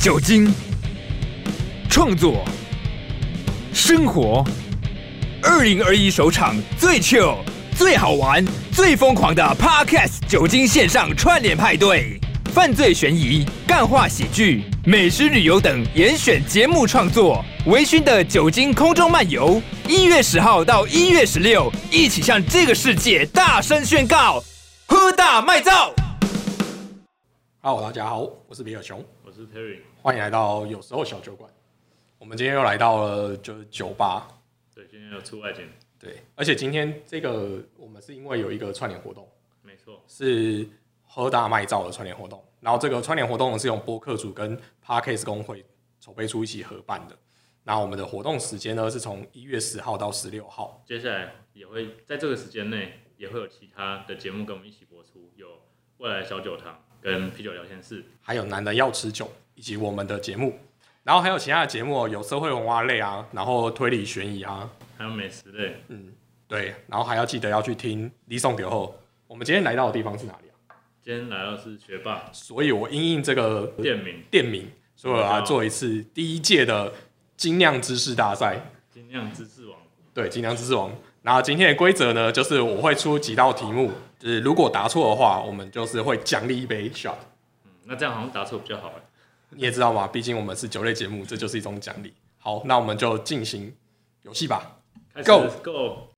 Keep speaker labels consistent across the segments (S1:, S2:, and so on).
S1: 酒精、创作、生活。二零二一首场最 chill、最好玩、最疯狂的 Podcast 酒精线上串联派对，犯罪悬疑、干化喜剧、美食旅游等严选节目创作。微醺的酒精空中漫游，一月十号到一月十六，一起向这个世界大声宣告：喝大卖造！
S2: Hello，大家好，我是比尔熊，
S3: 我是 Terry，
S2: 欢迎来到有时候小酒馆。我们今天又来到了就是酒吧，
S3: 对，今天有出外景，
S2: 对，而且今天这个我们是因为有一个串联活动，
S3: 没错，
S2: 是喝大卖照的串联活动，然后这个串联活动呢是用播客组跟 Parkes 工会筹备出一起合办的。那我们的活动时间呢是从一月十号到十六号，
S3: 接下来也会在这个时间内也会有其他的节目跟我们一起播出，有未来小酒堂跟啤酒聊天室，
S2: 还有男人要吃酒，以及我们的节目，然后还有其他的节目哦有社会文化类啊，然后推理悬疑啊，
S3: 还有美食类。
S2: 对，然后还要记得要去听李颂德后。我们今天来到的地方是哪里啊？
S3: 今天来到是学霸
S2: 所以我因应这个
S3: 店名
S2: 店名，所以我来做一次第一届的精酿知识大赛。
S3: 精酿知识网，
S2: 对，精酿知识王。然后今天的规则呢，就是我会出几道题目，就是如果答错的话，我们就是会奖励一杯 shot。
S3: 嗯，那这样好像答错比较好哎。
S2: 你也知道嘛，毕竟我们是酒类节目，这就是一种奖励。好，那我们就进行游戏吧。
S3: 开
S2: Go
S3: 始 Go，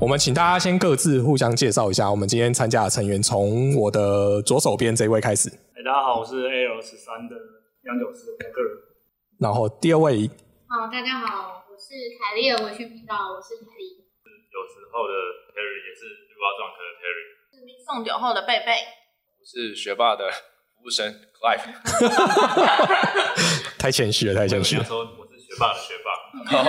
S2: 我们请大家先各自互相介绍一下，我们今天参加的成员，从我的左手边这位开始。
S4: 哎、大家好，我是 A L 十三的酿酒师，我个人。
S2: 然后第二位
S5: 好，大家好，我是凯莉的微醺频道，我是凯莉。
S3: 有时候的 Terry 也是绿包撞客的 Terry，
S6: 送酒后的贝贝，
S7: 我是学霸的服务生 Clive，
S2: 太谦虚了，太谦虚了。
S3: 说我是学霸的学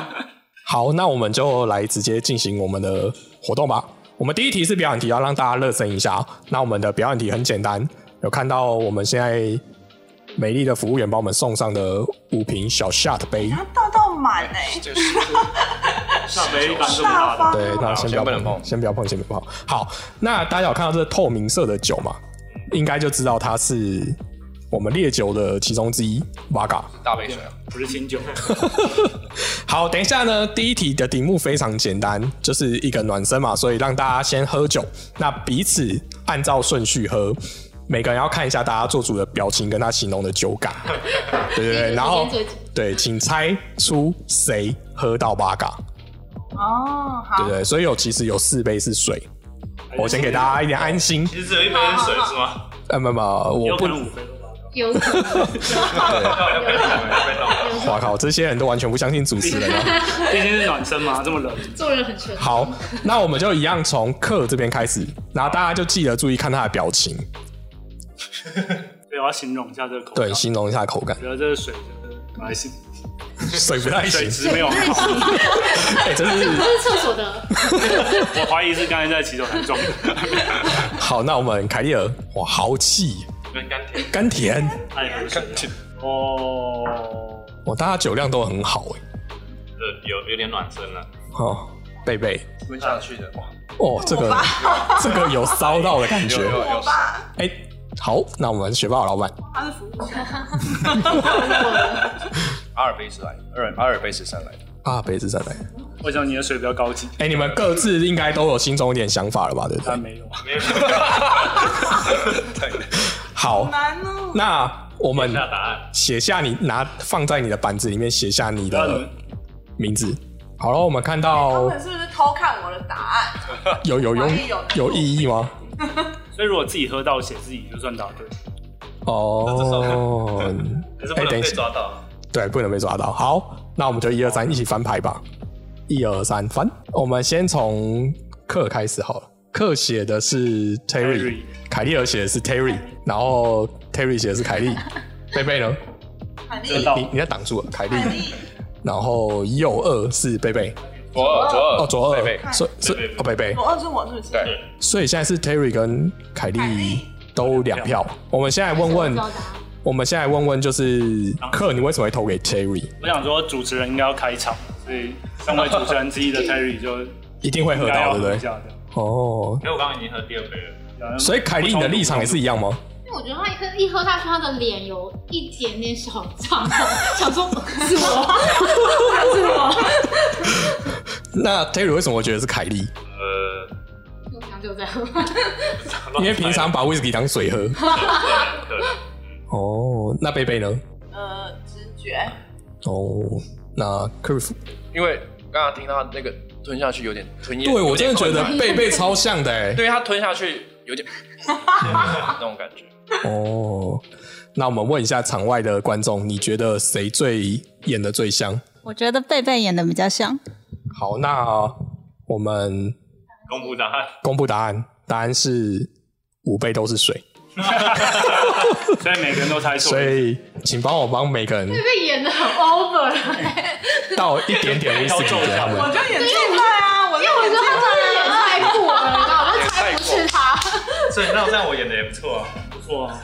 S3: 霸，
S2: 好，那我们就来直接进行我们的活动吧。我们第一题是表演题，要啊让大家热身一下。那我们的表演题很简单，有看到我们现在美丽的服务员帮我们送上的五瓶小 shot 杯。
S6: 它倒到满哎、
S7: 这是
S3: 上杯一般都不大
S6: 大
S3: 的，
S6: 方
S2: 对，那先不要
S7: 先不能碰
S2: 先不要碰，先不要碰。好，那大家有看到这透明色的酒嘛？应该就知道它是我们烈酒的其中之一瓦嘎。
S7: 大杯水啊，
S4: 不是清酒，
S2: 好，等一下呢，第一题的题目非常简单，就是一个暖身嘛，所以让大家先喝酒，那彼此按照顺序喝。每个人要看一下大家做主的表情跟他形容的酒感，对对对，然后
S5: 先做主
S2: 对，请猜出谁喝到八嘎，
S6: 哦，好
S2: 对不对？所以有其实有四杯是水，我先给大家一点安心。
S3: 其实只有一杯水是吗？
S2: 呃，没有没有，
S4: 有
S2: 我不
S4: 可，能五分钟吧。
S5: 有可能，
S2: 哇靠，这些人都完全不相信主持人啊。
S4: 毕竟是暖身嘛，这么冷，
S5: 做人很诚实。
S2: 好，那我们就一样从克这边开始，然后大家就记得注意看他的表情，
S4: 所以我要形容一下这个口感。
S2: 对，形容一下口感。
S4: 觉得这个水真的不太行，
S2: 水不太
S4: 水
S2: 行，
S4: 质没有啊很好，
S2: 哎、真
S5: 这
S2: 是
S5: 不是厕所的，
S4: 我怀疑是刚才在洗手台中的，
S2: 好。那我们凯利尔，哇，豪气，
S7: 跟甘甜
S2: 甘甜，
S4: 爱喝水
S7: 甘甜，
S4: 哦。
S2: 哇，大家酒量都很好哎、
S3: 呃，有有点暖身了，
S2: 哦，贝贝，
S7: 吞下去的，哇，
S2: 哦，这个 这个有骚到的感觉
S7: 有，有有，
S6: 吧，
S2: 哎、好，那我们学霸老板，
S6: 他是服务生，
S7: 阿尔卑斯来，阿尔阿尔卑斯山来的，
S2: 啊，贝斯再来，
S4: 我想你的水比较高级，
S2: 哎、你们各自应该都有心中一点想法了吧，对不
S4: 但
S2: 对？
S4: 没有。啊
S2: 好，
S6: 难哦。
S2: 那我们
S3: 下答案，
S2: 写下你拿放在你的板子里面写下你
S4: 那你
S2: 的
S4: 们
S2: 名字。好了，我们看
S6: 他
S2: 到
S6: 们是不是偷看我的答案？
S2: 有有有
S6: 怀疑有难度
S2: 有意义吗？
S4: 所以如果自己喝到血，自己就算答对。
S2: 哦，
S3: 可是
S2: 哎
S3: 不能
S2: 等
S3: 被
S2: 一下
S3: 抓到，
S2: 对，不能被抓到。好，那我们就一二三一起翻牌吧。一二三翻，我们先从克开始好了。克写的是 Terry，
S4: Terry
S2: 凯莉尔写的是 Terry，然后 Terry 写的是 凯莉。贝贝呢？
S6: 凯
S4: 知
S6: 莉，
S4: 道
S2: 你你在挡住了凯莉
S6: 凯，莉，
S2: 然后右二是贝贝，
S7: 左耳左耳
S2: 哦左二
S7: 贝贝，
S2: 所以所以哦贝贝，
S6: 我二是我是不是？
S7: 对
S2: 所以现在是 Terry 跟凯
S6: 凯
S2: 莉
S6: 莉
S2: 都两票。我们现在问问
S5: 我知道答案。
S2: 我们现在问问，就是克，你为什么会投给 Terry？
S4: 我想说主持人应该要开场，所以身为主持人之一的 Terry 就
S2: 一定会喝
S4: 应该要
S2: 到，
S4: 喝
S2: 对
S4: 一
S2: 不对？
S4: 下
S2: 哦，
S3: 因为我刚刚已经喝第二杯了，
S4: 这样。
S2: 所以凯莉，你的立场也是一样吗？
S5: 因为我觉得他一喝一喝下去，他的脸有一点点小涨红， 想说是我，是我，
S2: 那 Terry 为什么会觉得是凯莉？
S3: 呃，
S5: 我想就这 样。
S2: 因为平常把威士忌当水喝。
S3: 可能
S2: 哦，那贝贝呢？
S6: 呃，直觉，
S2: 哦，那 Cruz，
S7: 因为刚刚听到那个吞下去有点吞咽，
S2: 对我
S7: 有
S2: 真
S7: 点
S2: 的觉得
S7: 困难
S2: 贝贝超像的哎。
S7: 对他吞下去有点那种感觉。
S2: 哦，那我们问一下场外的观众，你觉得谁最演的最像？
S8: 我觉得贝贝演的比较像，
S2: 好，那我们
S3: 公布答案，
S2: 公布答案，答案是五倍都是水，
S4: 所以每个人都猜错
S2: 所，以请帮我帮每个人
S5: 这被演的很 over，欸
S2: 哎倒一点点 威士忌给他们。
S6: 我就演最快啊！我因为我
S5: 我觉得他真的演太过了，你知道吗，我就猜不是他。
S3: 所以那这样我演的也不错啊。
S4: 不错啊。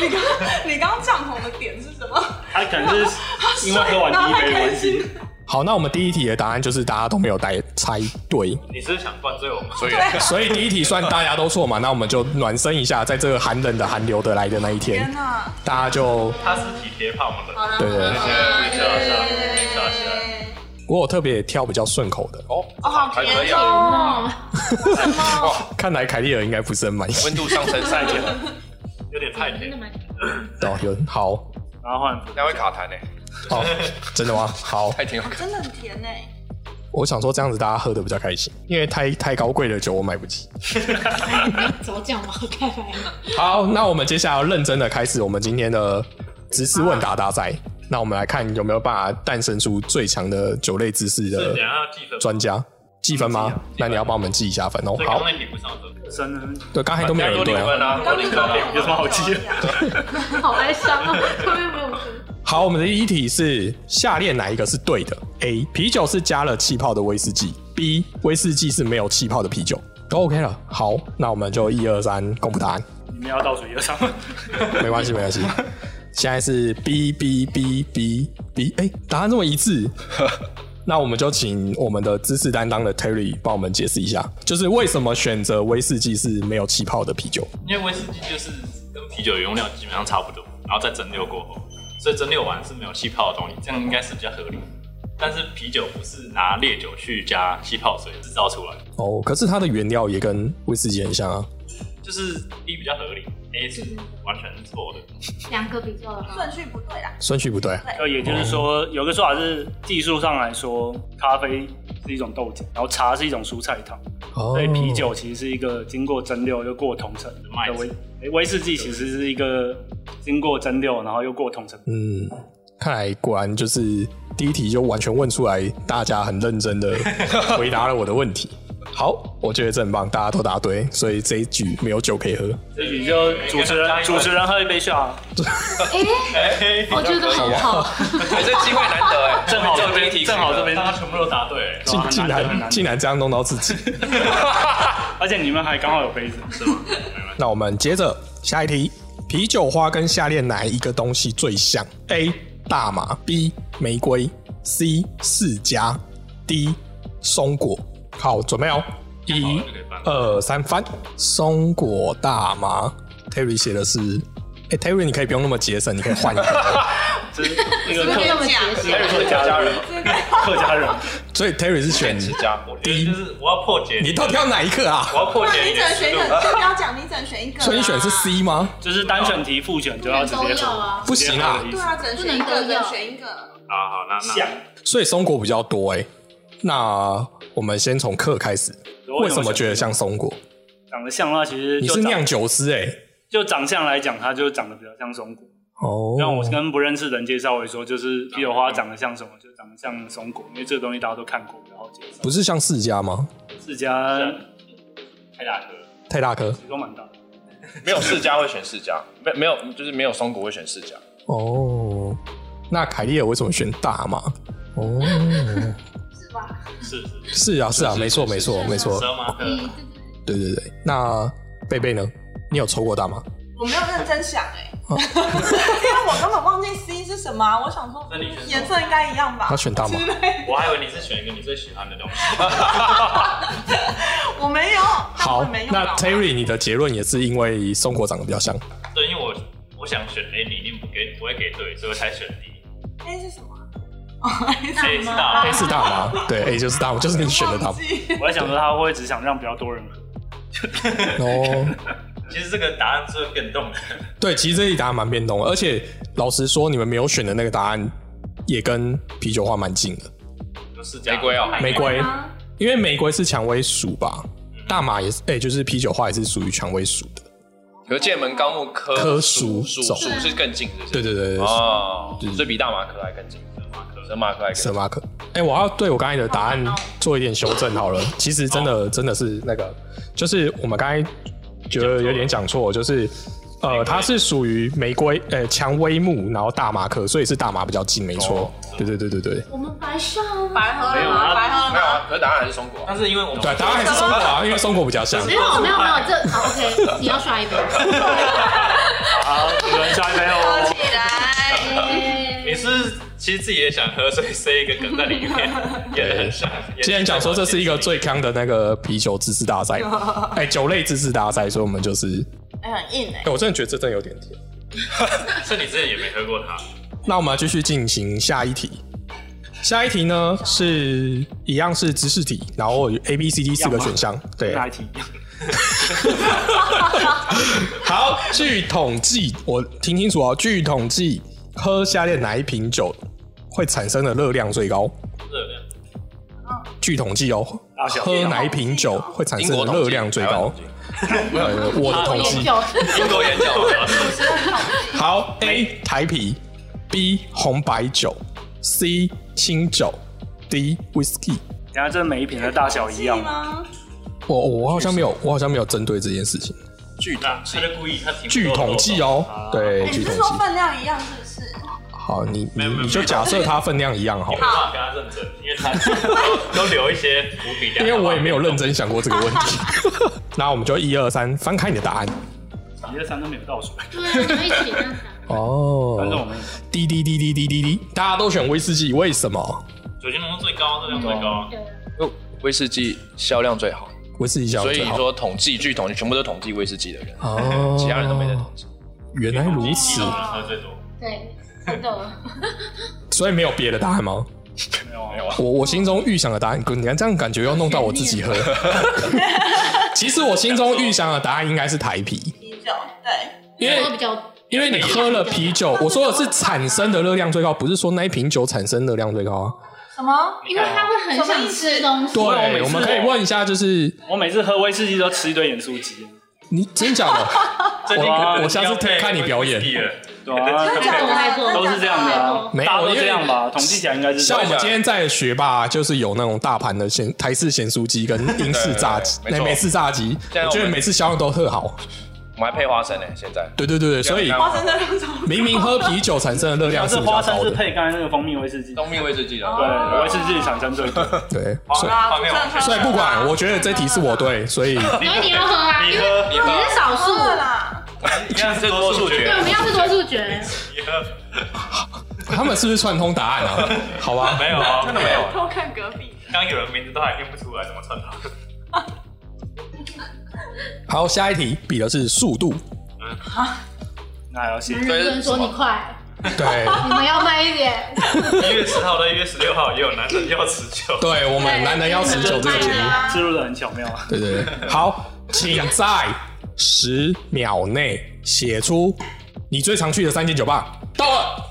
S6: 你刚你刚刚涨红的点是什么？
S4: 他可能是因为 喝完第一杯的关系，
S2: 好，那我们第一题的答案就是大家都没有答猜对，
S3: 你是不是想灌醉我们？
S7: 所以
S2: 所以第一题算大家都错嘛？那我们就暖身一下，在这个寒冷的寒流的来的那一天
S6: 天，哪！
S2: 大家就
S3: 他是体贴怕我们
S4: 啊
S3: 冷，
S2: 对对对，
S3: 下下下下来。
S2: 我有特别挑比较顺口的，
S7: 哦，
S6: 哦，好
S7: 还可以
S6: 甜
S7: 啊，
S6: 哦！
S2: 看来凯莉尔应该不是很满意。
S7: 温度上升三天，
S3: 有点太甜。
S2: 哦，有好
S4: 然后换
S7: 那会卡痰呢，欸
S2: 好，真的吗？好，
S7: 太甜了。
S6: 真的很甜呢。
S2: 我想说这样子大家喝的比较开心，因为太太高贵的酒我买不起。
S5: 怎么讲嘛？我看来
S2: 好，那我们接下来要认真的开始我们今天的知识问答大赛。那我们来看有没有办法诞生出最强的酒类知识
S3: 是
S2: 的
S3: 等一下要记分。
S2: 专家。计分吗？那你要帮我们记一下分哦。
S3: 所以刚
S2: 好
S3: 刚，那题不上分，
S4: 真的
S2: 对，刚才都没有人对
S7: 零
S2: 啊。
S7: 分啊，多零分啊。
S4: 有什么好记的？
S5: 好哀 伤啊，后面没有分。
S2: 好，我们的第一题是下列哪一个是对的？A. 啤酒是加了气泡的威士忌；B. 威士忌是没有气泡的啤酒。都 OK 了，好，那我们就一二三公布答案，
S4: 你们要倒数一二三吗？
S2: 没关系，没关系。现在是 B B B B B，哎、答案这么一致，那我们就请我们的知识担当的 Terry 帮我们解释一下，就是为什么选择威士忌是没有气泡的啤酒？
S3: 因为威士忌就是跟啤酒的用量基本上差不多，然后再蒸馏过后，所以蒸馏完是没有气泡的东西，这样应该是比较合理。但是啤酒不是拿烈酒去加气泡水制造出来的，
S2: 哦，可是它的原料也跟威士忌很像啊。
S3: 就是 B 比较合理，A 是完全是错的。
S5: 两个比较的话，
S6: 顺序不对啦。
S2: 顺序不对啊，
S4: 就呃也就是说，
S2: 哦
S4: 有个说法是，技术上来说，咖啡是一种豆碱，然后茶是一种蔬菜糖，
S2: 哦
S4: 所以啤酒其实是一个经过蒸馏又过同层的
S3: 麦子
S4: 威诶威士忌，其实是一个经过蒸馏然后又过同层。
S2: 嗯，看来果然就是第一题就完全问出来，大家很认真 的回答了我的问题。好，我觉得这很棒，大家都答对，所以这一局没有酒可以喝。
S4: 这局就主持人主持人喝一杯下，
S5: 哎，我觉得很好，
S7: 哎，这机会难得哎，
S4: 正好这
S7: 这边
S4: 边正好这边，
S3: 大家全部都答对，
S4: 哇
S2: 竟
S4: 很
S2: 竟
S4: 难得很难
S2: 然
S4: 得
S2: 竟然这样弄到自己，
S4: 而且你们还刚好有杯子，是吗？
S2: 那我们接着下一题，啤酒花跟下列哪一个东西最像？A. 大麻 B. 玫瑰 C. 释迦 D. 松果。好，准备哦，一、二、三，翻。松果大麻，Terry 写的是，哎、t e r r y 你可以不用那么节省，你可以换一 个。
S4: 这是那个
S5: 没有那
S4: 客
S5: 么结实。
S4: 客家人，客家人，
S2: 所以 Terry 是选
S7: 是加火力。
S3: 第一就是我要破解
S2: 你到底要哪一个啊？
S3: 我要破
S6: 哇，
S3: 解
S6: 你
S3: 你
S6: 只
S3: 的
S6: 能
S3: 思
S6: 选一
S3: 路。
S6: 个，就不要讲，你只能选一个。
S2: 所以你选的是。C 吗？
S4: 就是单选题复选就要直接
S5: 都有
S4: 喝，
S5: 啊，
S2: 不行啊，
S6: 对啊，只能选一
S5: 不能
S6: 个，
S5: 各
S6: 只
S5: 要
S6: 能选一个。
S3: 啊好好，那
S4: 想
S3: 那
S2: 所以松果比较多哎、那我们先从克开始，
S4: 啊
S2: 为什么觉得像松果？
S4: 长得像的话，啊其实
S2: 你
S4: 就是长
S2: 酿酒师哎、
S4: 就长相来讲，它就长得比较像松果。
S2: 哦，
S4: 让我跟不认识的人介绍，我也说就是啤酒花长得像什么，就长得像松果，因为这个东西大家都看过，然后介绍。
S2: 不是像世家吗？
S4: 世家
S3: 太大颗了，
S2: 太大颗
S4: 其实都蛮大的，
S7: 没有世家会选世家，没没有就是没有松果会选世家。
S2: 哦。那凯莉尔为什么选大麻？哦，
S5: 是吧？
S3: 是是啊
S2: 是啊，是啊，没错，没错，没错，
S3: 蛇吗？
S5: 嗯，
S2: 对对对。那贝贝呢？你有抽过大麻？
S6: 我没有认真想哎，
S2: 哦
S6: 因为我根本忘记 C 是什么啊，我想说
S3: 那你选什么
S6: 颜色应该一样吧
S2: 他。选到吗？
S3: 我还以为你是选一个你最喜欢的东西。
S6: 我没有，但我
S2: 好
S6: 也没，用到
S2: 那 Terry 你的结论也是因为松果长得比较像，
S3: 对，因为我我想选 A，你一定不给不会给对，所以我才选 D。
S6: A 是什么啊？哦，A 是
S3: 谁知道
S2: A 是大麻，对 A 就是大麻，就是你选的大
S6: 忘
S2: 麻。
S6: 记
S4: 我在想说他会只想让比较多人喝，
S2: 哦，
S3: 其实这个答案是会变动的，
S2: 对，其实这一答案蛮变动的，而且老实说，你们没有选的那个答案也跟啤酒花蛮近的。
S3: 就是这
S7: 玫
S3: 样
S7: 瑰哦，
S2: 玫瑰
S6: 吗，
S2: 因为玫瑰是蔷薇属吧，大麻也是，哎、就是啤酒花也是属于蔷薇属的。
S7: 可是剑门高木科
S2: 科
S7: 属
S2: 属
S7: 属
S2: 种
S7: 属是更近，是不是？
S2: 对对对对，
S7: 哦
S2: 对，
S7: 这比大马科还更近，神马科还更
S2: 蛇
S7: 近。
S2: 马克。哎、我要对我刚才的答案做一点修正好了。其实真的、真的是那个，就是我们刚才觉得有点讲错，就是呃，它是属于玫瑰呃蔷薇木，然后大麻科，所以是大麻比较近，没错。对对对对对。
S5: 我们白上了吗，
S6: 白喝
S3: 没
S6: 了
S3: 有
S6: 吗？
S3: 啊
S6: 白喝了
S7: 没有
S6: 吗？
S7: 啊，可是答案还是松果啊。
S3: 但是因为我们
S2: 对，答案还是松果啊，因为松果比较像。
S5: 没有没有没有，这好 OK，你要刷一杯。
S4: 好，有人下一杯
S6: 喝
S4: 哦。
S6: 起来，
S3: 你是不是其实自己也想喝，所以塞一个梗在里面，演得很像。
S2: 既然讲说这是一个最康的那个啤酒自制大赛， 哎、酒类自制大赛，所以我们就是，
S6: 哎，很硬哎
S2: 哎、。我真的觉得这真的有点甜。
S3: 是你之前也没喝过它，
S2: 那我们要继续进行下一题。下一题呢是一样是知识题，然后有 A、B、C、D 四个选项。对，啊
S4: 哪一题？
S2: 好，据统计，我听清楚哦。据统计，喝下列哪一瓶酒会产生的热量最高？
S3: 热量。
S2: 据统计哦，喝哪一瓶酒会产
S7: 英
S2: 生
S7: 国
S2: 的
S7: 统计
S2: 热量最高？呃我的统计。
S7: 英国眼角
S2: 好，A 台啤，B 红白酒，C 清酒，D whisky。
S4: 等一下这每一瓶的大小一
S2: 啊
S4: 样
S6: 是
S4: 吗？
S6: 吗？
S2: 我我好像没有，我好像没有针对这件事情。
S7: 巨大
S3: 那，他就故意他听
S2: 据统计，哦，对，
S6: 欸你
S2: 据
S6: 是
S2: 统
S6: 说
S2: 计。
S6: 分量一样是不是？
S2: 好，你你
S3: 有没有
S2: 你就假设它分量一样好
S3: 我
S2: 了，
S3: 爸跟他认真，因为他 都留一些伏笔。
S2: 因为我也没有认真想过这个问题。 那我们就一二三，翻开你的答案。
S4: 一二三都没有倒数，
S3: 哦
S5: 对，我们一起这样打。
S2: 哦
S4: 反正我们
S2: 滴滴滴滴滴滴滴，大家都选威士忌，为什么？
S3: 酒精浓度最高，热量最
S4: 哦
S3: 高，
S7: 威士忌销量最好，
S2: 威士忌销
S7: 所
S2: 量
S7: 以
S2: 最好。
S7: 说统计据统计全部都统计威士忌的人，
S2: 哦
S7: 其他人都没在统计。
S2: 原来如此，
S3: 喝最多。
S5: 对，真的。
S2: 所以没有别的答案吗？
S4: 没有啊。
S2: 我我心中预想的答案，你看这样感觉要弄到我自己喝。其实我心中预想的答案应该是台啤，
S6: 啤酒，对，
S2: 因为
S5: 喝比较
S2: 因为你喝了啤酒，我说的是产生的热量最高，不是说那一瓶酒产生热量最高啊。
S6: 什么？
S5: 因为他会很想吃东西。
S2: 对，我们可以问一下，就是
S4: 我每次喝威士忌都吃一堆盐酥鸡，
S2: 你真假的？
S3: 最近可能
S7: 啊
S2: 我下次
S3: 要配
S2: 看你表演
S3: whisky 了
S4: 对啊，
S6: 真的假的？
S4: 都是这样的啊，
S2: 没有
S4: 大家都
S2: 因为
S4: 这样吧？统计起来应该是这
S2: 像
S4: 样
S2: 我们今天在学霸，就是有那种大盘的咸台式咸酥鸡跟英式炸鸡，
S7: 对对对没
S2: 那
S7: 错
S2: 美式炸鸡，
S7: 在
S2: 我觉
S7: 我
S2: 得
S7: 们
S2: 每次销量都特好。
S7: 我们还配花生呢，现在
S2: 对对对对，所以
S7: 刚
S6: 花
S7: 刚
S6: 生的两种，
S2: 明明喝啤酒产生的热量
S4: 可
S2: 是
S4: 是
S2: 比较
S4: 花生
S2: 高
S4: 是
S2: 的，
S4: 配刚才那个蜂蜜威士忌，对，
S7: 东命威士
S3: 哦
S7: 忌的，
S4: 威士忌产生最 多。
S2: 对，所以
S6: 啊
S3: 画面往前
S2: 所以不管，我觉得这题是我对，所以
S5: 因为你要喝啊，因
S3: 你
S5: 为
S3: 喝，你喝，
S5: 你是少数。
S6: 饿啦，
S3: 你看这多数
S5: 对，
S3: 决
S5: 我，们要是多数决。
S3: 你喝
S2: 他们是不是串通答案 啊？好吧，
S3: 没有啊？真的没有。
S6: 偷看隔壁。
S3: 刚有人名字都还念不出来，怎么串他？
S2: 好，下一题比的是速度，
S4: 那还要写
S5: 男人不能说你快，
S2: 对
S5: 你们要慢一点。
S3: 一月十号到一月十六号也有男人要持久。
S2: 对，我们男人要持久 这个节目，
S4: 植入的很巧妙啊。
S2: 对对对，好，请在十秒内写出你最常去的三间酒吧。到了，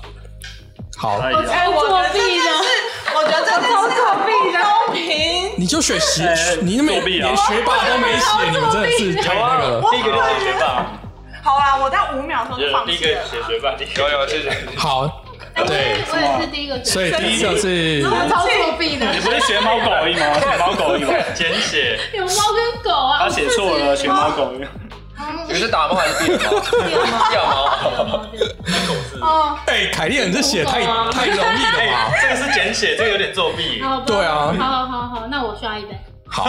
S2: 好，
S4: 哎呀，
S6: 哎，我觉得这件事，我觉得这件事作弊的公平。
S2: 你就选
S4: 哎
S2: 学，你那么
S4: 作弊啊
S2: 连学霸都没写，你们真的是太那个了。
S3: 第一个就是学霸，
S6: 好啦，我在五秒钟就放
S3: 第一
S6: 弃
S3: 个
S6: 了。
S3: 写学霸，第一
S7: 有
S3: 个
S7: 有谢谢。
S2: 好，对，
S5: 我也是第一个觉
S2: 所以第一个是
S5: 得超作弊的，
S4: 你不是学猫狗而 已吗？学猫狗而已吗？
S3: 简写，
S5: 有猫跟狗啊。
S4: 他写错了，学猫狗而已。
S7: 你们是打猫还是 变猫？变猫。
S6: 哦，
S2: 哎，凯莉，你这写太太容易了吧？
S3: 这个是简写，这个有点作弊。
S5: 好，
S2: 对啊
S5: 好好好好，那我刷一杯。
S2: 好，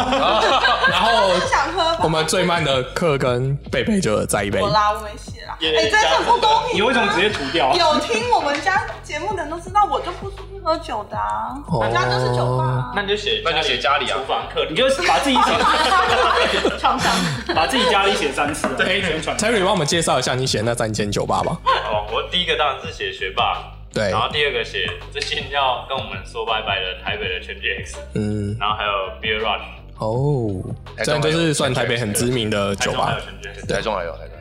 S2: 然后
S6: 不想喝吧
S2: 我们最慢的克跟贝贝就再一杯
S6: 我。啦，我没写啦。
S3: 耶
S6: 哎，真的很不公平啊。
S4: 你为什么直接涂掉？
S6: 有听我们家节目的人都知道，我就不出去喝酒的啊，
S2: 哦
S6: 我家就是酒吧啊。
S3: 那你就写，
S7: 那就写家里啊
S3: 厨房客
S4: 你
S3: 厅。
S4: 就把自己写，
S5: 床上
S4: 把自己家里写三次啊，对，宣传。
S2: Terry 帮我们介绍一下你写那三间酒吧吧。
S3: 哦，我第一个当然是写学霸，
S2: 对
S3: 然，后第二个写最近要跟我们说拜拜的台北的全 GX，
S2: 嗯，
S3: 然后还有 Beer Rush，
S2: 哦，
S7: 台
S2: 这
S7: 中
S2: 样就
S7: 还
S2: 是
S7: 哎有
S2: 算台北很知名的
S3: 台
S2: 酒
S3: 中还
S2: 吧
S3: 有。全 GX。
S7: 台中还有台中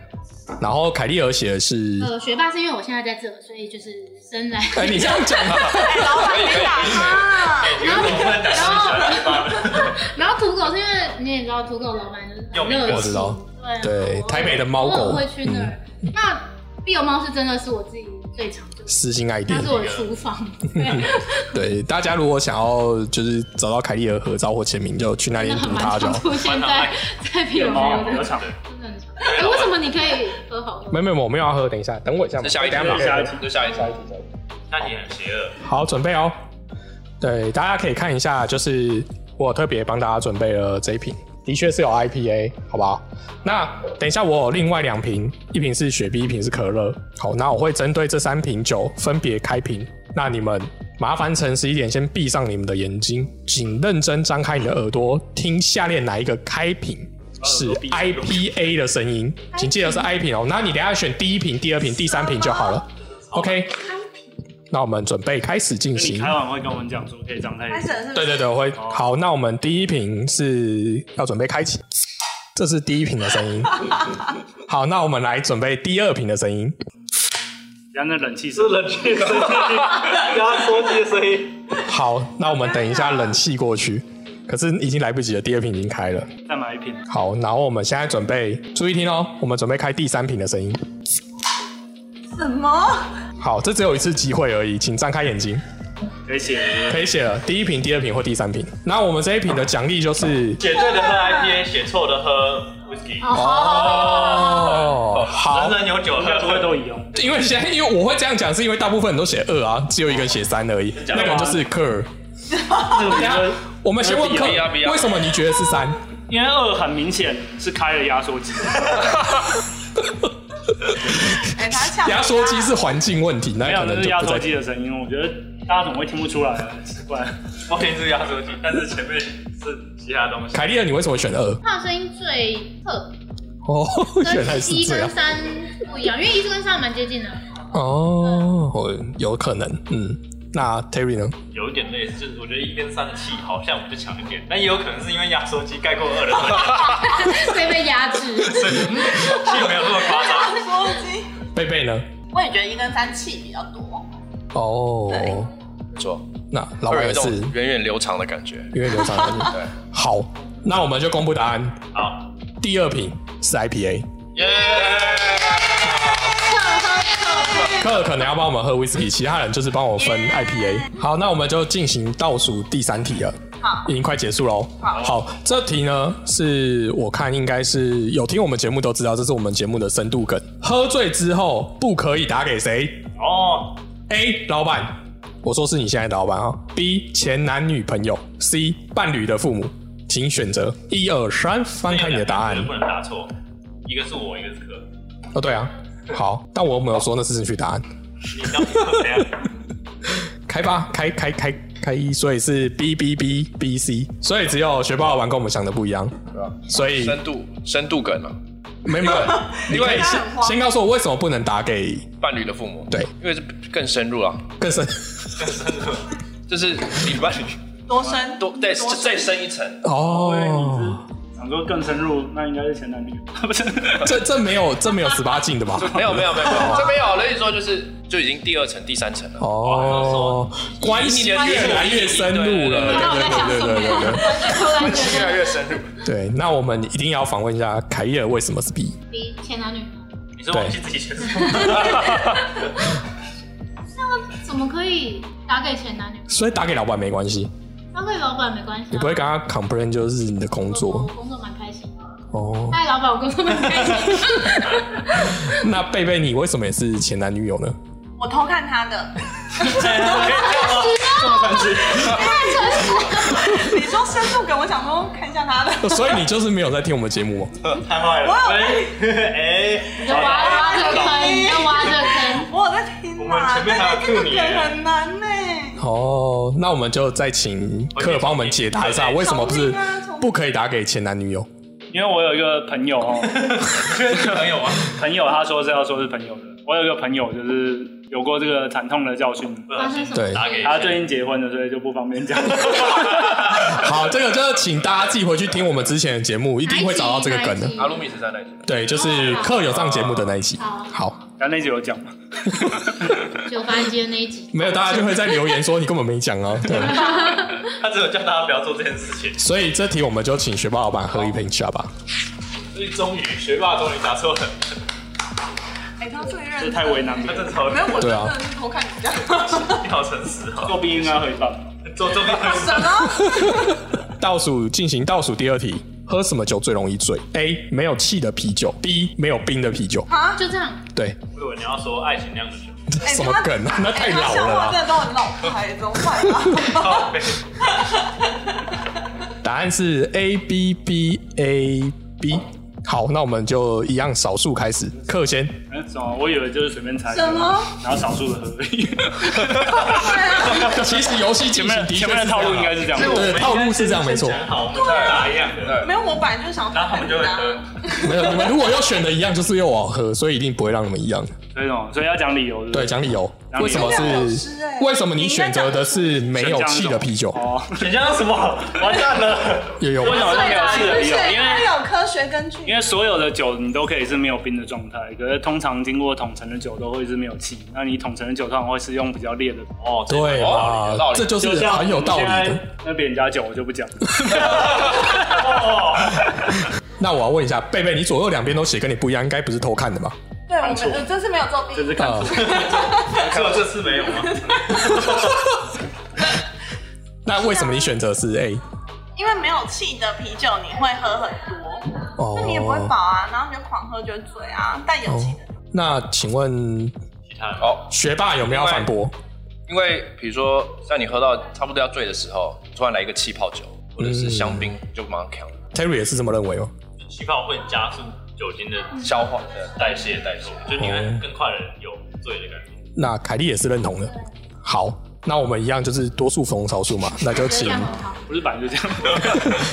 S7: 还有，
S2: 然后凯莉尔写的是，
S5: 呃，学霸是因为我现在在这，所以就是生来。
S2: 哎，你这样讲，
S6: 哎，老板没打他，
S3: 然后
S5: 然后土狗是因为你也知道，土狗老板就是
S3: 有
S5: 很
S3: 名
S5: 热情，
S2: 我知道
S5: 对啊
S2: 对
S5: 我
S2: 台北的猫狗嗯
S5: 我很会去那儿。那碧油猫是真的是我自己最常做的，
S2: 私心爱
S5: 它
S2: 店
S5: 是。 我的厨房，对，
S2: 对，大家如果想要就是找到凯莉尔合照或签名，就去那里
S5: 真的很
S2: 堵
S5: 蛮
S2: 他就
S5: 常
S2: 好。
S5: 出现在在碧油猫的，
S4: 有场，
S5: 真的很常。哎，为什么你可以喝好喝？
S2: 没有没有，我没有要喝，等一下，等我一下
S7: 这。下一题
S4: 等一下
S7: 吧
S4: 一题，
S7: 这下一题，
S3: 那你很邪恶，
S2: 好，准备哦。对，大家可以看一下，就是我特别帮大家准备了这一瓶，的确是有 IPA，好不好？那等一下我有另外两瓶，一瓶是雪碧，一瓶是可乐。好，那我会针对这三瓶酒分别开瓶。那你们麻烦诚实一点，先闭上你们的眼睛，请认真张开你的耳朵，听下列哪一个开瓶是 IPA 的声音，请记得是 I 瓶哦。那你等一下选第一瓶、第二瓶、第三瓶就好了。OK，那我们准备开始进
S4: 你
S2: 行
S4: 开。完会哦跟我们讲说可以张开
S6: 开始了是不
S2: 对
S6: 是？
S2: 对对，我会。好，那我们第一瓶是要准备开启，这是第一瓶的声 音。好，那我们来准备第二瓶的声音。
S4: 然后那冷气是冷气，
S3: 压缩机的声音，
S2: 好，那我们等一下冷气过去，可是已经来不及了，第二瓶已经开了。
S4: 再买一瓶。
S2: 好，然后我们现在准备，注意听哦，我们准备开第三瓶的声音。
S6: 什么？
S2: 好，这只有一次机会而已，请张开眼睛，
S4: 可以写，
S2: 可以写了第一瓶、第二瓶或第三瓶。那我们这一瓶的奖励就是
S3: 写对的喝 IPA，写错的喝 Whisky，
S2: 哦，好
S3: 人，人有酒
S4: 该不会
S3: 喝。
S4: 都一样？
S2: 因为现在因为我会这样讲，是因为大部分人都写二啊，只有一个人写三而已，
S4: 假
S2: 那
S4: 的吗
S2: 个人
S7: 啊
S2: 就是 Kerr。
S4: 那个比较，
S2: 我们先问
S7: 比啊比啊比
S2: Kerr，
S7: 啊
S2: 为什么你觉得是三？
S4: 因为二很明显是开了压 缩机，
S6: 哎，他抢
S2: 压缩机是环境问题，那
S4: 没有，
S2: 可
S4: 那
S2: 能
S4: 是
S2: 就
S4: 压
S2: 不
S4: 缩
S2: 在。
S4: 机的声音。我觉得大家怎么会听不出来啊？奇怪，
S3: 我也是压缩机，但是前面是其他东西。
S2: 凯莉尔，你为什么选二？
S5: 它的声音最特别，
S2: 哦，原来
S5: 跟
S2: 是
S5: 一
S2: 这
S5: 跟
S2: 样
S5: 三不一样，因为一跟三蛮接近的。
S2: 哦，有可能，嗯。那 Terry 呢？
S3: 有一点类似，就是我觉得一跟三的气好像比较强一点，但也有可能是因为压缩机盖过二的关系，
S5: 被被压制。
S3: 所以气 没有那么夸张。
S6: 压缩机。
S2: 贝贝呢？
S6: 我也觉得一跟三气比较多，
S2: 哦，
S6: 对
S7: 没错，
S2: 那老板
S7: 二有
S2: 也
S7: 一
S2: 是
S7: 种源远流长的感觉。
S2: 因为流产问题。
S7: 对，
S2: 好，那我们就公布答案。
S3: 好，
S2: 第二瓶是 IPA，
S7: 耶！
S2: 克可能要帮我们喝 whisky，其他人就是帮我分 IPA。好，那我们就进行倒数第三题了。
S6: 好
S2: 已经快结束喽。好，这题呢是我看应该是有听我们节目都知道，这是我们节目的深度梗。喝醉之后不可以打给谁
S3: 哦，
S2: ？A. 老板，我说是你现在的老板啊。B. 前男女朋友。C. 伴侣的父母。请选择一二三，翻开你的答案
S3: 这两个绝对。不能答错，一个是我，一个是可。
S2: 哦，对啊，好，但我没有说那是正确答案。
S3: 你到底是怎样？
S2: 开吧，开开开开一，所以是 B B B B C，所以只有学霸玩跟我们想的不一样，
S7: 对吧
S2: 所以
S7: 深度深度梗啊，
S2: 没 没有，你可以先先告诉我为什么不能打给
S7: 伴侣的父母，
S2: 对，
S7: 因为是更深入啊，
S2: 更 深
S7: 就是你伴侣
S6: 多深
S7: 多再再深啊一层，
S2: 哦，
S4: 想说更深入，那应该是前男女，不是？
S2: 这这没有这没有十八禁的 吧？
S7: 没有没有没有，没有，这没有，我跟你说就是就已经第二层、第三层了。
S2: 哦，关系越来越深入了，对对对对对对对
S7: 越来越深入，
S2: 对。那我们一定要访问一下凯伊尔为什么是 B？
S5: 比前男女朋友，
S3: 你是忘记自己选什么？
S5: 那怎么可以打给前男女？
S2: 所以打给老板没关系，
S5: 打给老板没关系、啊，
S2: 你不会跟他 complain 就是你的工
S5: 我
S2: 作
S5: 工作蛮开心的。
S2: 哦。
S5: 嗨，老板，我工作蛮开心的。
S2: 那贝贝，你为什么也是前男女友呢？
S6: 我偷看他的，
S4: 这么
S7: 上去。
S6: 你说深度梗，我想说看一下他的。
S2: 所以你就是没有在听我们节目哦。
S3: 太坏了！
S6: 我有
S3: 哎
S5: 你啊就挖挖这个坑，你就挖这个坑。
S6: 我有在听啦，
S3: 我们前
S6: 但
S3: 面还有
S6: 是这个
S3: cue 你
S6: 梗很难呢、
S2: 哦，那我们就再请客帮我们解答一下，为什么不是不可以打给前男女友？
S4: 因为我有一个朋 友哦，
S3: 朋友啊，
S4: 朋友他说是要说是朋友的，我有一个朋友就是有过这个惨痛的教训，
S3: 不
S5: 发
S3: 小
S5: 生
S3: 心
S5: 什么
S2: 对
S5: 事？
S3: 打给
S4: 他最近结婚了，所以就不方 便讲。
S2: 好，这个就是请大家自己回去听我们之前的节 目，一定会找到这个梗的。
S7: 阿鲁米是在那里。
S2: 对，就是课有上节目的那一集。
S5: 好
S2: 好，
S4: 然后那集有讲嘛，
S5: 就发现今天那一集
S2: 没有大家就会在留言说你根本没讲 哦。对，
S3: 他只有叫大家不要做这件事情，
S2: 所以这题我们就请学霸老板喝一瓶茶吧。
S3: 所以终于学霸终于答错了，
S6: 哎、他最认
S4: 这
S6: 真，
S4: 太为难
S3: 他
S4: 了。
S3: 真超
S6: 没有我真
S2: 对啊
S6: 的是偷看你这样。
S3: 你好诚实哦，
S4: 做 B 应该会放，
S3: 做做
S6: 什么？
S2: 倒数进行倒数第二题，喝什么酒最容易醉？A. 没有气的啤酒，B. 没有冰的啤酒。
S5: 就这样，
S2: 对，
S3: 我以为你要说爱情酿的酒，
S2: 这
S6: 哎
S2: 什么梗啊？
S6: 他
S2: 那太
S6: 哎
S2: 老
S6: 他笑
S2: 了
S6: 话
S2: 啦。
S6: 真的都很老派，怎么办啊？
S3: 靠背
S2: 答案是 A B B A B。好，那我们就一样少数开始，克先。
S4: 哎，怎么？我以为就是随便猜一个，
S6: 什么
S4: 然后少数的合 理。
S2: 其实游戏
S4: 前
S2: 进行
S4: 面
S2: 的确是
S4: 前面的套路应该
S2: 是
S4: 是这样，
S2: 对对，套路是这样没错。
S3: 讲好，我们再打一样的，
S6: 没有，我本来就想
S3: 然后他们就会
S6: 看你
S3: 喝
S6: 啊。。
S2: 没有，你们如果要选的一样，就是要我喝，所以一定不会让你们一样。
S4: 所以什么？所以要讲理由，是不
S2: 对，
S4: 是
S2: 讲理由，为
S4: 讲理由
S2: 什么是
S6: 这样有诗欸
S2: 为什么你选择的是没有气的啤酒？
S4: 哦，
S3: 选项是什么？完蛋了！
S2: 有有
S4: 为什么是没有气的理由？
S6: 对，
S4: 因
S6: 因
S4: 为
S6: 为有科学根据。
S4: 因为所有的酒你都可以是没有冰的状态，可是通常经过桶陈的酒都会是没有气，那你桶陈的酒通常会是用比较烈的，
S3: 哦，这
S2: 对
S7: 哦有道
S2: 啊，
S7: 理
S2: 这就是很有道理的。。
S4: 那别人家酒我就不讲了，
S2: 那我要问一下，贝贝，你左右两边都写跟你不一样，应该不是偷看的吧？
S6: 对，我们呃这次没有作弊
S4: 这，是看
S2: 啊，
S3: 只有这次没有吗？
S2: 那为什么你选择是 A？
S6: 因为没有气的啤酒你会喝很多，
S2: 哦
S6: 那你也不会饱啊，然后你就狂喝就会醉啊。但有气的，
S2: 哦那请问
S3: 其他人
S7: 哦，
S2: 学霸有没有要反驳？
S7: 因为比如说像你喝到差不多要醉的时候，突然来一个气泡酒或者是香槟，就马上扛
S2: Terry 也是这么认为哦吗？
S3: 气泡会加速酒精的
S7: 消化的。
S3: 代谢代谢，就你会更快的有醉的感觉。
S2: 那凯莉也是认同的。好，那我们一样就是多数服从少数 嘛，那就
S5: 这
S2: 请
S5: 样很好。
S4: 不是本来就这样。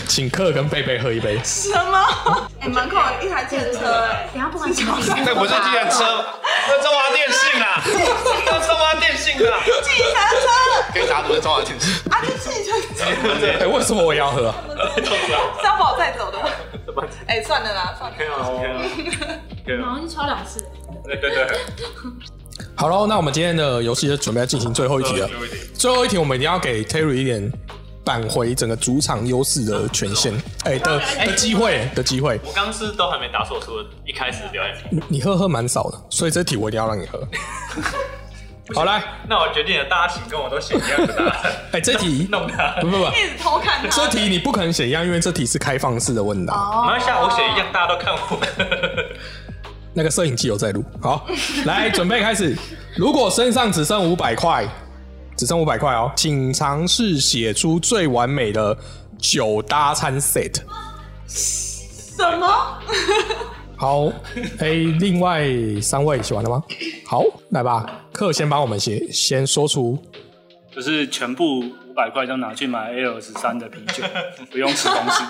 S2: 请克跟贝贝喝一杯。
S6: 什么？哎，门口有一台电车， 哎，
S5: 等一下不管怎么
S7: 那
S5: 样，
S7: 不是计程车，那中华电信
S3: 啊
S7: 啦，那中华电信啦，
S6: 计程车
S7: 可以打赌是中华电信。
S6: 啊，就计程 车，
S2: 哎、为什么我也要喝啊、
S6: 是要把我带走的吗。哎，算了啦，算了。
S3: 可以吗？可以吗？可以
S5: 然
S3: 吗？
S5: 后就超两次，
S3: 对对对，
S2: 好喽，那我们今天的游戏就准备要进行最后一题了。
S3: 有一点。
S2: 最后一题，我们一定要给 Terry 一点扳回整个主场优势的权限，哎、的的机会的机会。
S3: 我刚是都还没打锁出一开始表演，
S2: 你你喝喝蛮少的，所以这题我一定要让你 喝。好来，
S3: 那我决定了，大家请跟我都写一样的答案，
S2: 哎、这题
S3: 弄他。
S2: 不不不，
S6: 一直偷看他，
S2: 这题你不可能写一样，因为这题是开放式的问
S6: 哦
S2: 答。
S3: 没关系啊，我写一样，大家都看我。
S2: 那个摄影机有在录。好，来准备开始。如果身上只剩五百块，只剩五百块哦，请尝试写出最完美的酒搭餐 set。
S6: 什么？
S2: 好，哎、另外三位写完了吗？好，来吧，克先帮我们写，先说出。
S4: 就是全部五百块就拿去买 A 二十三的啤酒，不用吃东西。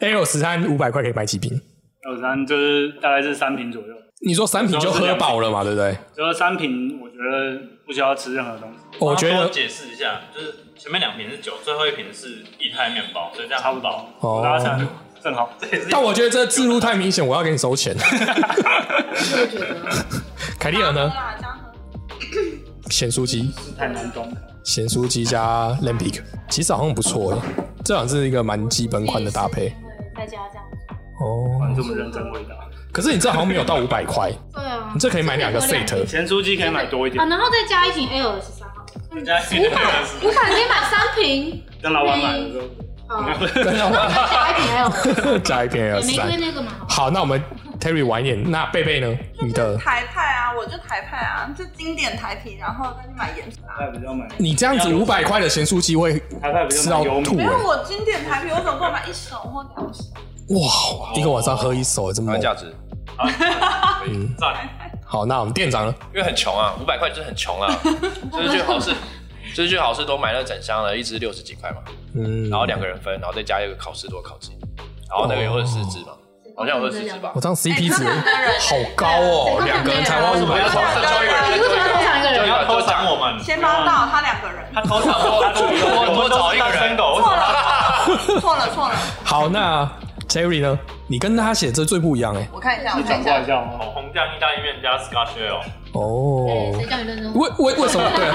S2: A 有十三五百块可以买几瓶？
S4: 二十三就是大概是三瓶左右，
S2: 你说三瓶就喝饱了嘛，对不对？
S4: 就是三瓶，我觉得不需要吃任何东西，
S2: 我觉
S3: 帮我
S2: 得
S3: 解释一下，就是前面两瓶是酒，最后一瓶是液态面包，所以这样
S4: 差
S3: 差
S4: 不
S3: 不
S4: 多
S3: 多。。
S2: 哦
S4: 我拉下来正好。
S2: 但我觉得这字路太明显，我要给你收钱。
S5: 我也觉得
S2: 凯莉尔
S6: 喝
S2: 呢？
S6: 啦，这样喝。
S2: 咸酥鸡。
S4: 太难懂。
S2: 咸酥鸡加 lamb p i c 其实好像不错诶，这好像是一个蛮基本款的搭配
S7: 啊
S5: 对，在家这样。
S2: 哦。
S4: 这么认真回答，
S2: 可是你这好像没有到五百块，
S5: 对啊，
S2: 你这可以买两个
S5: 这可以买
S2: set，
S4: 咸酥鸡可以买多一点
S5: 啊，，然后再加一瓶 A 二十三号，
S3: 人家写的
S5: 五百可以买三 瓶，
S4: 让老板买的时候。
S5: 好，
S2: 跟上我
S5: 再加一瓶 A 二
S2: 加一瓶 L
S5: 玫瑰
S2: 三。
S5: 那个嘛，
S2: 好，那我们 Terry 晚一点，那贝贝呢？你的
S6: 台派啊，啊，我就台派啊，就经典台啤，然后再去买盐啊酥。
S4: 台派比较买，
S2: 你这样子五百块的咸酥鸡会
S4: 台派比
S2: 吃
S4: 较
S2: 到
S4: 蛮油
S2: 吐
S6: 没
S2: 哎、
S6: 有，我经典台啤，我总共买一手或两手。
S2: 哇，一个晚上喝一手，这么
S7: 台湾价啊值，
S2: 嗯
S3: 赞，
S2: 好，那我们店长呢？
S7: 因为很穷啊，五百块就是很穷 啊，就是去好事，就是去好事多买那整箱的，一只六十几块嘛，
S2: 嗯，
S7: 然后两个人分，然后再加一个烤士多烤鸡，然后那个有二十只嘛，好像有二十只吧
S2: 我，这样 CP 值
S6: 哎真的人
S2: 好高哦、
S5: 哎
S2: 两个人才花五
S5: 真的
S2: 百
S5: 人
S2: 块，
S7: 再啊叫一个人，
S5: 你为什么要偷抢一个
S3: 不
S5: 人？
S3: 要偷抢我们，
S6: 先帮到他两个人，
S4: 他头上
S7: 多多多找一个人
S3: 单身狗，
S6: 错了，错了，错了。
S2: 好，那 Jerry 呢？你跟他写这最不一样哎、
S6: 我看一下，我
S4: 你
S6: 看
S4: 转
S6: 一
S4: 过来
S6: 下
S4: 一，下哦。
S3: 红酱意大利面加 Scotch ale，
S2: 哦
S5: 哎，谁叫你认真？
S2: 为为为什么？ 对、啊，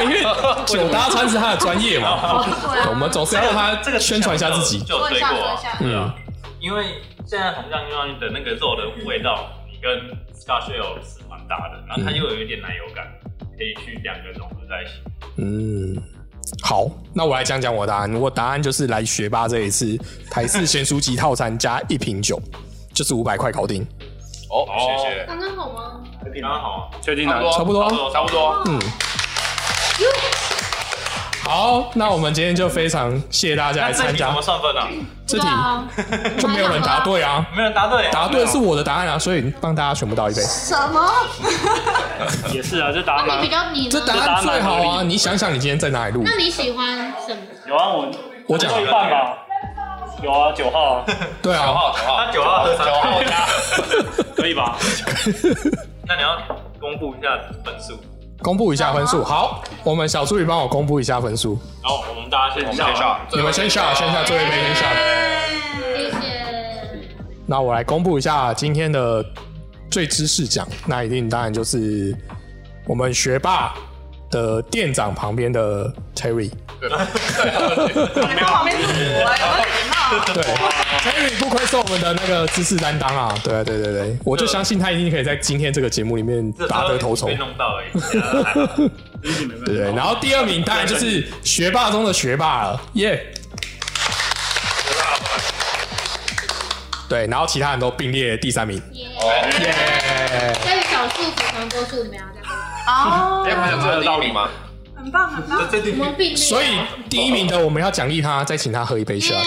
S2: 因为酒搭餐是他的专业 嘛，
S5: 哦
S6: 对啊
S2: 我们总是要让他
S3: 这个
S2: 宣传一下自己。
S3: 就有
S6: 说一
S3: 水
S6: 下，
S3: 果
S6: 说一
S3: 啊，
S6: 下。
S2: 嗯，
S3: 因为现在红酱意大利面的那个肉的味道，你跟 Scotch ale 是蛮搭的，然后它
S7: 嗯
S3: 又有一点奶油感，可以去两个融合在一起。
S2: 嗯，好，那我来讲讲我的答案。我答案就是来学霸这一次台式咸酥鸡套餐加一瓶酒， 就是五百块搞定。
S7: 哦，谢谢，
S5: 刚刚好吗？
S3: 刚刚好啊，
S4: 确定
S7: 差
S4: 了
S7: 不，多，
S2: 差不多啊
S7: 差不多，差不多，
S2: 嗯，好，那我们今天就非常谢谢大家
S3: 那
S2: 来
S3: 这
S2: 参
S3: 题怎
S2: 加
S3: 么算分啊？
S2: 这题
S5: 对，啊，
S2: 就没有人答对啊。
S3: 没有人答对，
S2: 答对是我的答案啊，所以帮大家全部倒一杯。
S6: 什么？
S4: 也是啊，这答案
S5: 那 你比
S4: 蛮
S5: 较你呢
S2: 这？答案最好啊！你想想，你今天在哪里录？
S5: 那你喜欢什么？
S4: 有啊，我
S2: 我讲
S4: 做一半吧，有啊，九号啊，
S2: 对
S7: 九
S2: 啊，
S7: 号，九号，
S3: 他九号喝
S7: 九号加，
S4: 可以吧？
S3: 那你要公布一下分数，
S2: 公布一下分数。好，啊我们小助理帮我公布一下分数。
S3: 然后我们大家
S7: 我
S3: 先
S7: 们
S3: 笑
S7: 先
S3: 啊。
S7: 下，
S2: 你们先下，先 下，最后一杯先下。
S6: 哎
S5: 谢谢。
S2: 那我来公布一下今天的最知识奖，那一定当然就是我们学霸的店长旁边的 Terry。
S6: 你在旁边堵我，有没有礼貌？
S2: 对，Terry 不愧是我们的那个知识担当啊！对对对对，我就相信他一定可以在今天这个节目里面
S3: 这
S2: 拔得头筹
S3: 被。弄到而已，其他的还好
S2: 对对，然后第二名当然就是学霸中的学霸了，耶、对，然后其他人都并列第三名。
S5: 耶！
S7: 哦，
S5: 在小数组传播数，你们要这样。
S6: 哦，
S7: 哎，不是有这个道理吗？
S6: 很棒，很棒。
S3: 这
S5: 我们并列。啊
S2: 所以第一名的我们要奖励他，再请他喝一杯下。
S5: 耶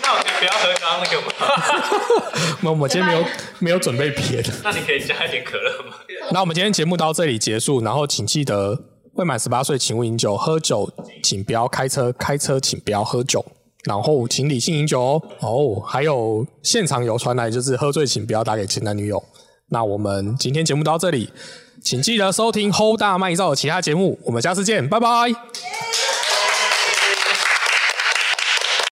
S3: 那我就不要喝刚刚那个嘛，
S2: 那我们今天没有没有准备别的。
S3: 那你可以加一点可乐吗？
S2: 那我们今天节目到这里结束，然后请记得未满十八岁请勿饮酒，喝酒请不要开车，开车请不要喝酒，然后请理性饮酒哦。哦，还有现场有传来就是喝醉请不要打给前男女友。那我们今天节目到这里，请记得收听 Hold 大麦造的其他节目，我们下次见，拜拜。
S6: 耶